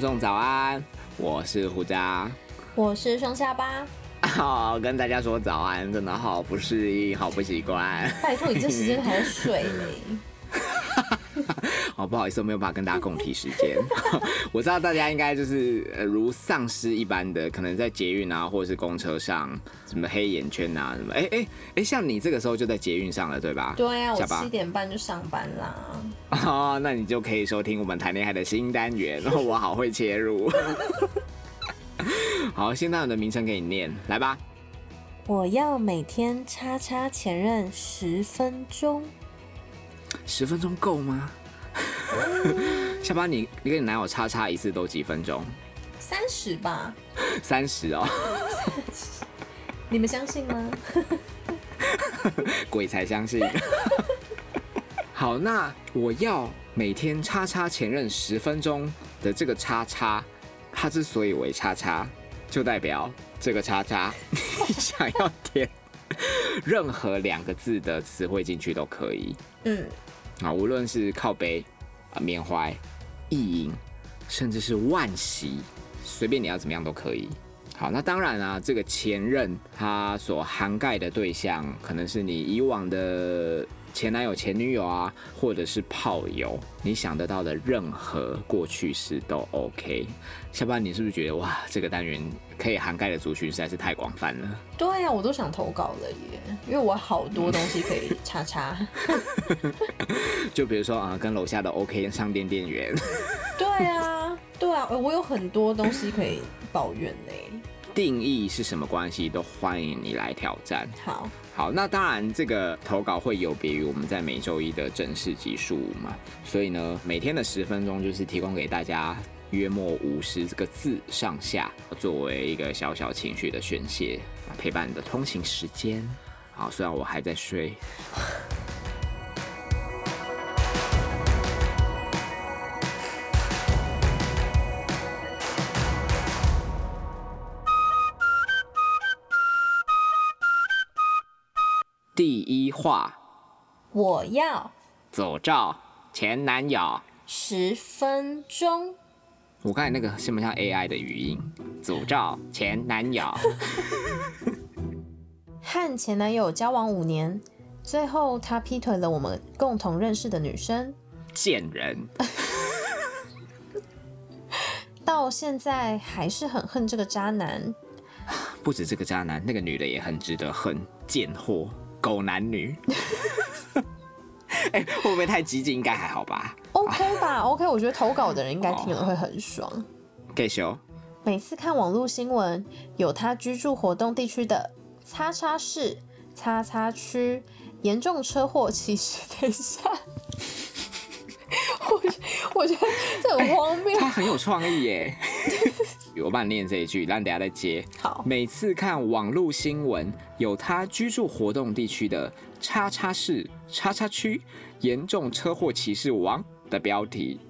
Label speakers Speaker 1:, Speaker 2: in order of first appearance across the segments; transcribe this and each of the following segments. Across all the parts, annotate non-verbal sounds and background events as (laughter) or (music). Speaker 1: 众早安，我是胡渣。
Speaker 2: 我是双下 (laughs) 巴，
Speaker 1: 哦，跟大家说早安，真的好不适应，好不习惯，
Speaker 2: 拜托你这时间好水嘞、
Speaker 1: 哦好不好意思，我没有办法跟大家共体时间。 (laughs) 我知道大家应该就是呃如丧尸一般的，可能在捷运啊，或者是公车上，什么黑眼圈啊，什么，哎哎哎，像你这个时候就在捷运上了，对吧？
Speaker 2: 对啊，我
Speaker 1: 下巴
Speaker 2: 七点半就上班啦。
Speaker 1: 哦，那你就可以收听我们谈恋爱的新单元。哦我好会切入。 (laughs) 好，先让我的名称给你念，来吧。
Speaker 2: 我要每天叉叉前任十分钟，
Speaker 1: 十分钟够吗？下班你你跟你男友叉叉一次都几分钟？
Speaker 2: 三十吧？
Speaker 1: 三十哦， (laughs)
Speaker 2: 你们相信 (laughs) 吗？
Speaker 1: 鬼才相信。 (laughs) 好，那我要每天叉叉前任十分钟的这个叉叉，它之所以为叉叉，就代表这个叉叉 (laughs) 你想要填任何两个字的词汇进去都可以。
Speaker 2: 嗯，
Speaker 1: 啊，无论是靠背、啊缅怀、意淫，甚至是惋惜，随便你要怎么样都可以。好，那当然啊，这个前任他所涵盖的对象，可能是你以往的前男友、前女友啊，或者是炮友，你想得到的任何过去式都 OK。下班你是不是觉得哇，这个单元可以涵盖的族群实在是太广泛了？
Speaker 2: 对啊，我都想投稿了耶，因为我好多东西可以叉 (laughs) 叉。
Speaker 1: 就比如说啊、跟楼下的 OK 商店店员。
Speaker 2: 对啊，对啊，呃我有很多东西可以抱怨嘞。
Speaker 1: 定义是什么关系，都欢迎你来挑战。
Speaker 2: 好，
Speaker 1: 好，那当然这个投稿会有别于我们在每周一的正式集数嘛，所以呢，每天的十分钟就是提供给大家约莫五十个字上下，作为一个小小情绪的宣泄，啊陪伴你的通勤时间。好，虽然我还在睡。第一话，
Speaker 2: 我要
Speaker 1: 走照前男友。
Speaker 2: 十分钟，
Speaker 1: 我刚才那个像不像 AI 的语音？诅咒前男友，
Speaker 2: 和前男友交往五年，最后他劈腿了我们共同认识的女生。
Speaker 1: 贱人，
Speaker 2: 到现在还是很恨这个渣男。
Speaker 1: 不止这个渣男，那个女的也很值得恨，贱货，狗男女。 (laughs) 哎、会不会太激进？应该还好吧。
Speaker 2: OK 吧？OK，我觉得投稿的人应该听了会很爽。
Speaker 1: 给修，
Speaker 2: 每次看网络新闻，有他居住活动地区的叉叉市、叉叉区严重车祸，其实等一下，我我觉得这很荒谬。
Speaker 1: 他很有创意耶。 (laughs) 我帮你念这一句，让大家再接。
Speaker 2: 好，
Speaker 1: 每次看网络新闻，有他居住活动地区的“叉叉市”“叉叉区”严重车祸骑士王的标题。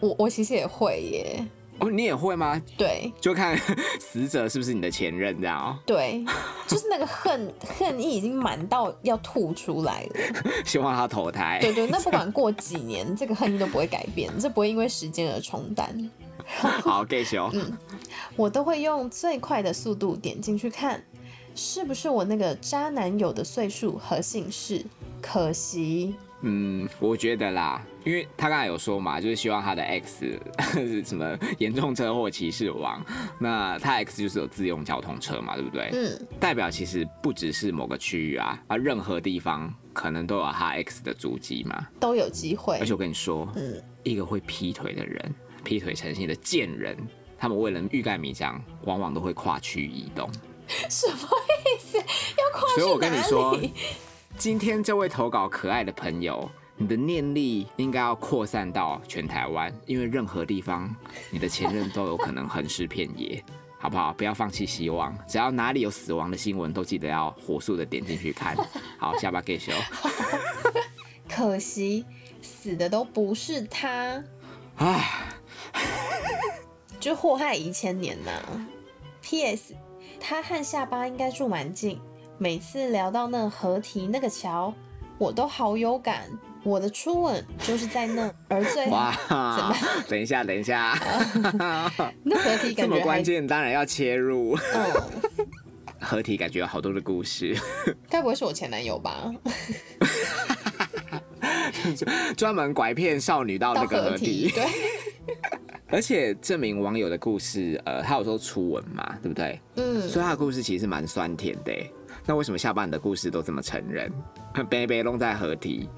Speaker 2: 我我其实也会耶，
Speaker 1: 哦，你也会吗？
Speaker 2: 对
Speaker 1: 就看死者是不是你的前任，这样哦。
Speaker 2: 对， (laughs) 就是那个恨 (laughs) 恨意已经满到要吐出来了。
Speaker 1: 希望他投胎。
Speaker 2: 对对，那不管过几年，这个恨意都不会改变，这不会因为时间而冲淡。
Speaker 1: 好，gay 熊，
Speaker 2: 我都会用最快的速度点进去看，是不是我那个渣男友的岁数和姓氏？可惜，
Speaker 1: 嗯，我觉得啦，因为他刚才有说嘛，就是希望他的 X (laughs) 是什么严重车祸骑士王，那他 X 就是有自用交通车嘛，对不对？
Speaker 2: 嗯，
Speaker 1: 代表其实不只是某个区域啊，啊，任何地方可能都有他 X 的足迹嘛。
Speaker 2: 都有机会
Speaker 1: 而且。我跟你说，
Speaker 2: 嗯
Speaker 1: 一个会劈腿的人，劈腿成性的贱人，他们为了欲盖弥彰，往往都会跨区移动。
Speaker 2: 什么意思？ (laughs) 要跨
Speaker 1: (laughs)
Speaker 2: 去
Speaker 1: 所以我跟你
Speaker 2: 哪
Speaker 1: 说
Speaker 2: 里， (laughs)
Speaker 1: 今天这位投稿可爱的朋友，你的念力应该要扩散到全台湾，因为任何地方，你的前任都有可能横尸遍野， (laughs) 好不好？不要放弃希望，只要哪里有死亡的新闻，都记得要火速的点进去
Speaker 2: (laughs)
Speaker 1: 看。好，下巴给修
Speaker 2: 可惜死的都不是他，
Speaker 1: 啊！
Speaker 2: 就祸害一千年呐、P.S. 他和下巴应该住蛮近，每次聊到那河堤那个桥，我都好有感。我的初吻就是在那，而最
Speaker 1: 哇 (laughs)
Speaker 2: 怎么，
Speaker 1: 等一下，等一下，
Speaker 2: 那合体
Speaker 1: 这
Speaker 2: 感
Speaker 1: 么
Speaker 2: 觉还
Speaker 1: 关键，当然要切入。
Speaker 2: 嗯，
Speaker 1: (laughs) 合体感觉有好多的故事， (laughs)
Speaker 2: 该不会是我前男友吧？
Speaker 1: 专门拐骗少女到啊那
Speaker 2: 到
Speaker 1: 个
Speaker 2: 合
Speaker 1: 合
Speaker 2: 体
Speaker 1: 体。
Speaker 2: 对，
Speaker 1: 而且这名网友的故事，呃，他有说初吻嘛，对不对？
Speaker 2: 嗯，
Speaker 1: 所以他的故事其实蛮酸甜的欸。那为什么下半的故事都这么成人？杯杯弄在合体，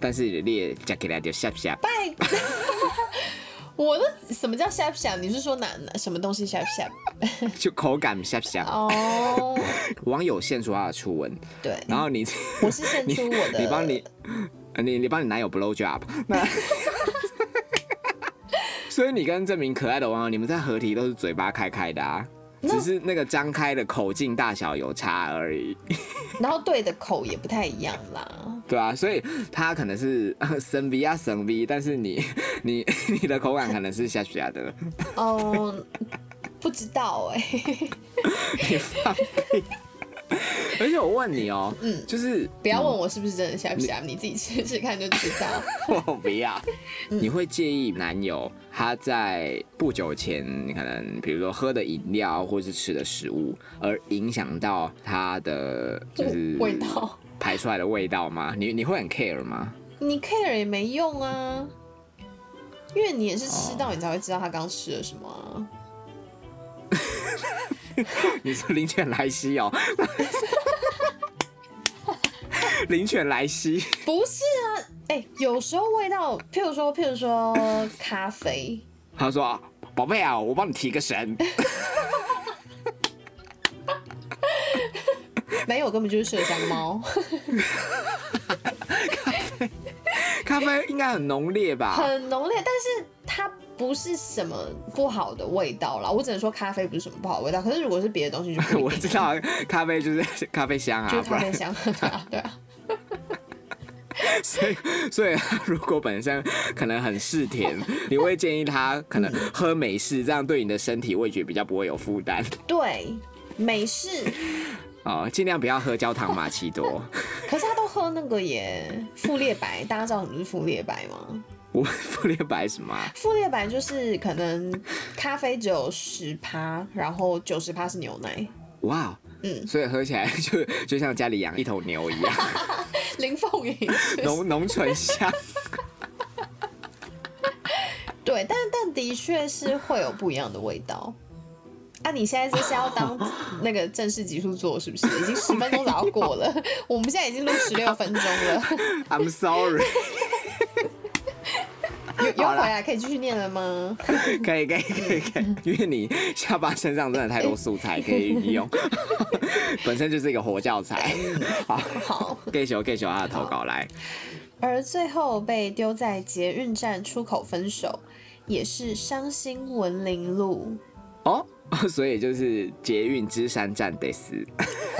Speaker 1: 但是列加起来就下下
Speaker 2: (laughs) 我的什么叫 shap shap？你是说哪哪什么东西 shap shap？
Speaker 1: 就口感下下。
Speaker 2: 哦，
Speaker 1: (laughs) 网友献出他的初吻，
Speaker 2: 对，
Speaker 1: 然后你
Speaker 2: 我是献出我
Speaker 1: (laughs)
Speaker 2: 的，
Speaker 1: 你帮你，呃你你帮你男友 blow job，那所以你跟这名可爱的网友，你们在合体都是嘴巴开开的啊，只是那个张开的口径大小有差而已，
Speaker 2: 然后对的口也不太一样啦。
Speaker 1: 对啊，所以他可能是 (laughs) 呃深 V 啊深 V，但是你 (laughs) 你你的口感可能是下下的， (laughs)
Speaker 2: 哦，不知道哎、
Speaker 1: 你放屁。 (laughs) 而且我问你哦、
Speaker 2: 嗯
Speaker 1: 就是
Speaker 2: 不要问我是不是真的 shap
Speaker 1: 嗯
Speaker 2: shap，你自己吃吃看就知
Speaker 1: (laughs)
Speaker 2: 道。
Speaker 1: 我不
Speaker 2: (laughs)
Speaker 1: 要。
Speaker 2: 嗯
Speaker 1: 你会介意男友他在不久前可能比如说喝的饮料或是吃的食物，而影响到他的就是
Speaker 2: 味道
Speaker 1: 排出来的味道吗？你你会很 care 吗？
Speaker 2: 你 care 也没用啊，因为你也是吃
Speaker 1: 哦
Speaker 2: 到，你才会知道他刚吃了什么啊、
Speaker 1: 你是灵犬莱西哦、 (laughs) 灵犬莱西，
Speaker 2: 不是啊，哎、有时候味道，譬如说，譬如说咖啡，
Speaker 1: 他说：“宝贝啊，我帮你提个
Speaker 2: (laughs)
Speaker 1: 神。
Speaker 2: 没有根本就是麝香
Speaker 1: (laughs)
Speaker 2: 猫，
Speaker 1: 咖啡应该很浓烈吧？
Speaker 2: 很浓烈，但是它不是什么不好的味道啦。我只能说咖啡不是什么不好的味道，可是如果是别的东西就不一
Speaker 1: (laughs)
Speaker 2: 定
Speaker 1: 我知道咖啡就是 (laughs) 咖啡香啊，
Speaker 2: 就是
Speaker 1: 不
Speaker 2: 咖
Speaker 1: 然 (laughs)
Speaker 2: 啡香，对啊，对啊，
Speaker 1: 所以，所以他如果本身可能很嗜
Speaker 2: (laughs)
Speaker 1: 甜，你会建议他可能喝美式，这样对你的身体味觉比较不会有负担
Speaker 2: 嗯对。美式，
Speaker 1: 哦。尽量不要喝焦糖玛奇
Speaker 2: (laughs)
Speaker 1: 朵。
Speaker 2: 可是他都喝那个耶，富列白，大家知道什么是富列白吗？
Speaker 1: 我不列白什么啊、
Speaker 2: 富列白就是可能咖啡只有十趴，然后九十趴是牛奶，
Speaker 1: 哇，哦
Speaker 2: 嗯，
Speaker 1: 所以喝起来就就像家里养一头牛一样，
Speaker 2: 林凤营 (laughs) 是不是
Speaker 1: 浓浓醇香。
Speaker 2: 对，但但的确是会有不一样的味道。啊，你现在这是要当那个正式集数做是不是？已经十分钟早过 (laughs) 了，我们现在已经录十六分钟了，
Speaker 1: I'm sorry，
Speaker 2: 有有
Speaker 1: 好啦
Speaker 2: 回来可以继续念了吗？
Speaker 1: 可以可以可以可以，因为你下巴身上真的太多素材可以利 (laughs) 用，本身就是一个活教材。好，
Speaker 2: 好，
Speaker 1: 给修给修他的投稿来。
Speaker 2: 而最后被丢在捷运站出口分手，也是伤心文林路，
Speaker 1: 哦，所以就是捷运之山站得死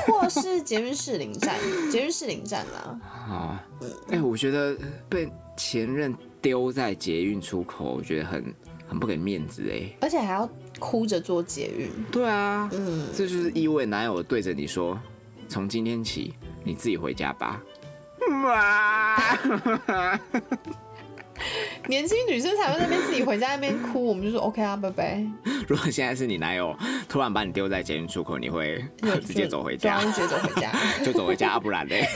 Speaker 2: 或是捷运士林
Speaker 1: (laughs)
Speaker 2: 站，捷运士林站啦。
Speaker 1: 啊。哎、我觉得被前任丢在捷运出口，我觉得很很不给面子哎、
Speaker 2: 而且还要哭着坐捷运。
Speaker 1: 对啊，
Speaker 2: 嗯，
Speaker 1: 这就是意味男友对着你说，从今天起你自己回家吧。哇，
Speaker 2: 年轻女生才会在那边自己回家那边哭，我们就说 OK 啊，拜拜，
Speaker 1: (laughs) 如果现在是你男友突然把你丢在捷运出口，你会 (laughs) 直接走回家
Speaker 2: 对啊，，直接走回家。
Speaker 1: (laughs) 就走回家，啊、不然嘞？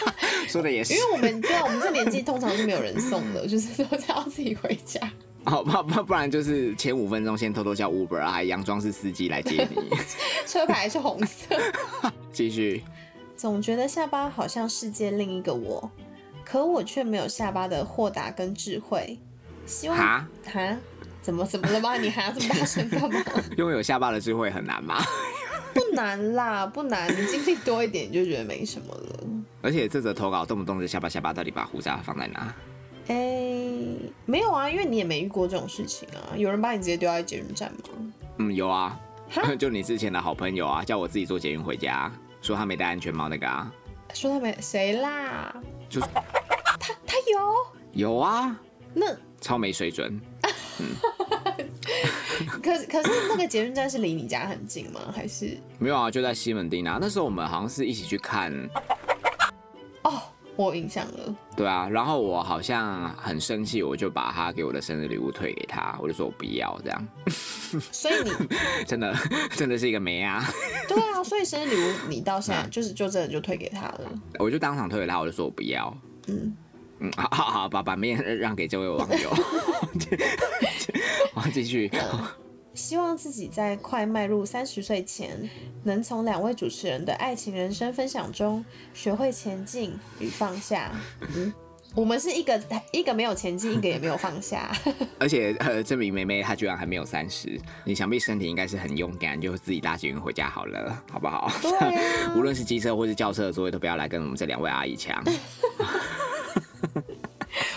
Speaker 1: (laughs) 说的也是
Speaker 2: 因，为我们对啊，我们这年纪通常是没有人送的，就是都是要自己回家。
Speaker 1: 好吧，不不然就是前五分钟先偷偷叫 Uber 啊，还佯装是司机来接你。 (laughs)
Speaker 2: 车牌是红色，
Speaker 1: 继续，
Speaker 2: 总觉得下巴好像世界另一个我，可我却没有下巴的豁达跟智慧。希望
Speaker 1: 哈
Speaker 2: 哈怎么怎么了吗？你哈这么大声干嘛？
Speaker 1: 拥有下巴的智慧很难吗？
Speaker 2: (laughs)
Speaker 1: (laughs)
Speaker 2: 不难啦，不难，你经历多一点你就觉得没什么了。
Speaker 1: 而且这则投稿动不动就下巴下巴，到底把胡渣放在哪？
Speaker 2: 哎、没有啊，因为你也没遇过这种事情啊。有人把你直接丢在捷运站吗？
Speaker 1: 嗯，有啊，(laughs)
Speaker 2: 哈
Speaker 1: 就你之前的好朋友啊，叫我自己坐捷运回家，说他没戴安全帽那个啊，
Speaker 2: 说他没谁啦，
Speaker 1: 就是
Speaker 2: 他有
Speaker 1: 有啊，
Speaker 2: 那
Speaker 1: 超没水准。
Speaker 2: 可可是那个捷运站是离你家很近吗？还是
Speaker 1: 没有啊，就在西门町啊，那时候我们好像是一起去看，
Speaker 2: 哦，我有印象了。
Speaker 1: 对啊，然后我好像很生气，我就把他给我的生日礼物退给他，我就说我不要这样， (laughs)
Speaker 2: 所以你
Speaker 1: 真的 (laughs) 真的是一个没啊， (laughs)
Speaker 2: 对啊，所以生日礼物你到现
Speaker 1: 嗯
Speaker 2: 在就是就真的就退给他了。
Speaker 1: 我就当场退给他，我就说我不要，
Speaker 2: 嗯，
Speaker 1: 嗯， (laughs) 好好好，把把面让给这位网友， (laughs) 我继续，
Speaker 2: 希望自己在快迈入三十岁前，能从两位主持人的爱情人生分享中学会前进与放下。嗯，我们是一个一个没有前进，一个也没有放
Speaker 1: (laughs)
Speaker 2: 下。
Speaker 1: 而且呃，这名妹妹她居然还没有三十，你想必身体应该是很勇敢，就自己搭捷运回家好了，好不
Speaker 2: (laughs)
Speaker 1: 好？
Speaker 2: 对啊，
Speaker 1: 无论是机车或是轿车的座位，都不要来跟我们这两位阿姨
Speaker 2: (laughs)
Speaker 1: 抢。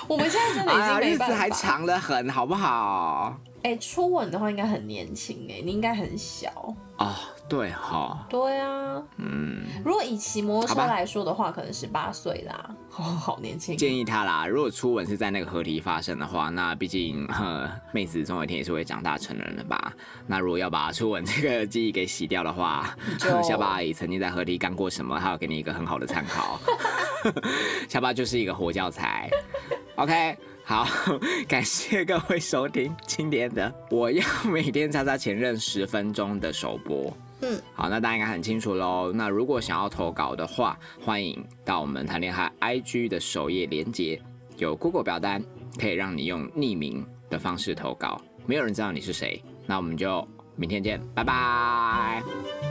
Speaker 2: 我们现在真的已经
Speaker 1: 哎啊日
Speaker 2: 没
Speaker 1: 子
Speaker 2: 办
Speaker 1: 还
Speaker 2: 法。
Speaker 1: 长得很，好不好？
Speaker 2: 哎、初吻的话应该很年轻哎、你应该很小。
Speaker 1: 哦，对哈、
Speaker 2: 对啊，
Speaker 1: 嗯，
Speaker 2: 如果以骑摩托车
Speaker 1: 好吧
Speaker 2: 来说的话，可能十八岁啦， (laughs) 哦，好年轻。
Speaker 1: 建议他啦。如果初吻是在那个合体发生的话，那毕竟呃，妹子总有一天也是会长大成人的吧？那如果要把初吻这个记忆给洗掉的话 (laughs)
Speaker 2: 就，
Speaker 1: 小巴阿姨曾经在合体干过什么，她有给你一个很好的参考。 (laughs) 小巴就是一个活教材。OK，好，感谢各位收听今天的我要每天擦擦前任十分钟的首播。
Speaker 2: 嗯，
Speaker 1: 好，那大家应该很清楚喽。那如果想要投稿的话，欢迎到我们谈恋爱 IG 的首页连接，有 Google 表单，可以让你用匿名的方式投稿，没有人知道你是谁。那我们就明天见，拜拜。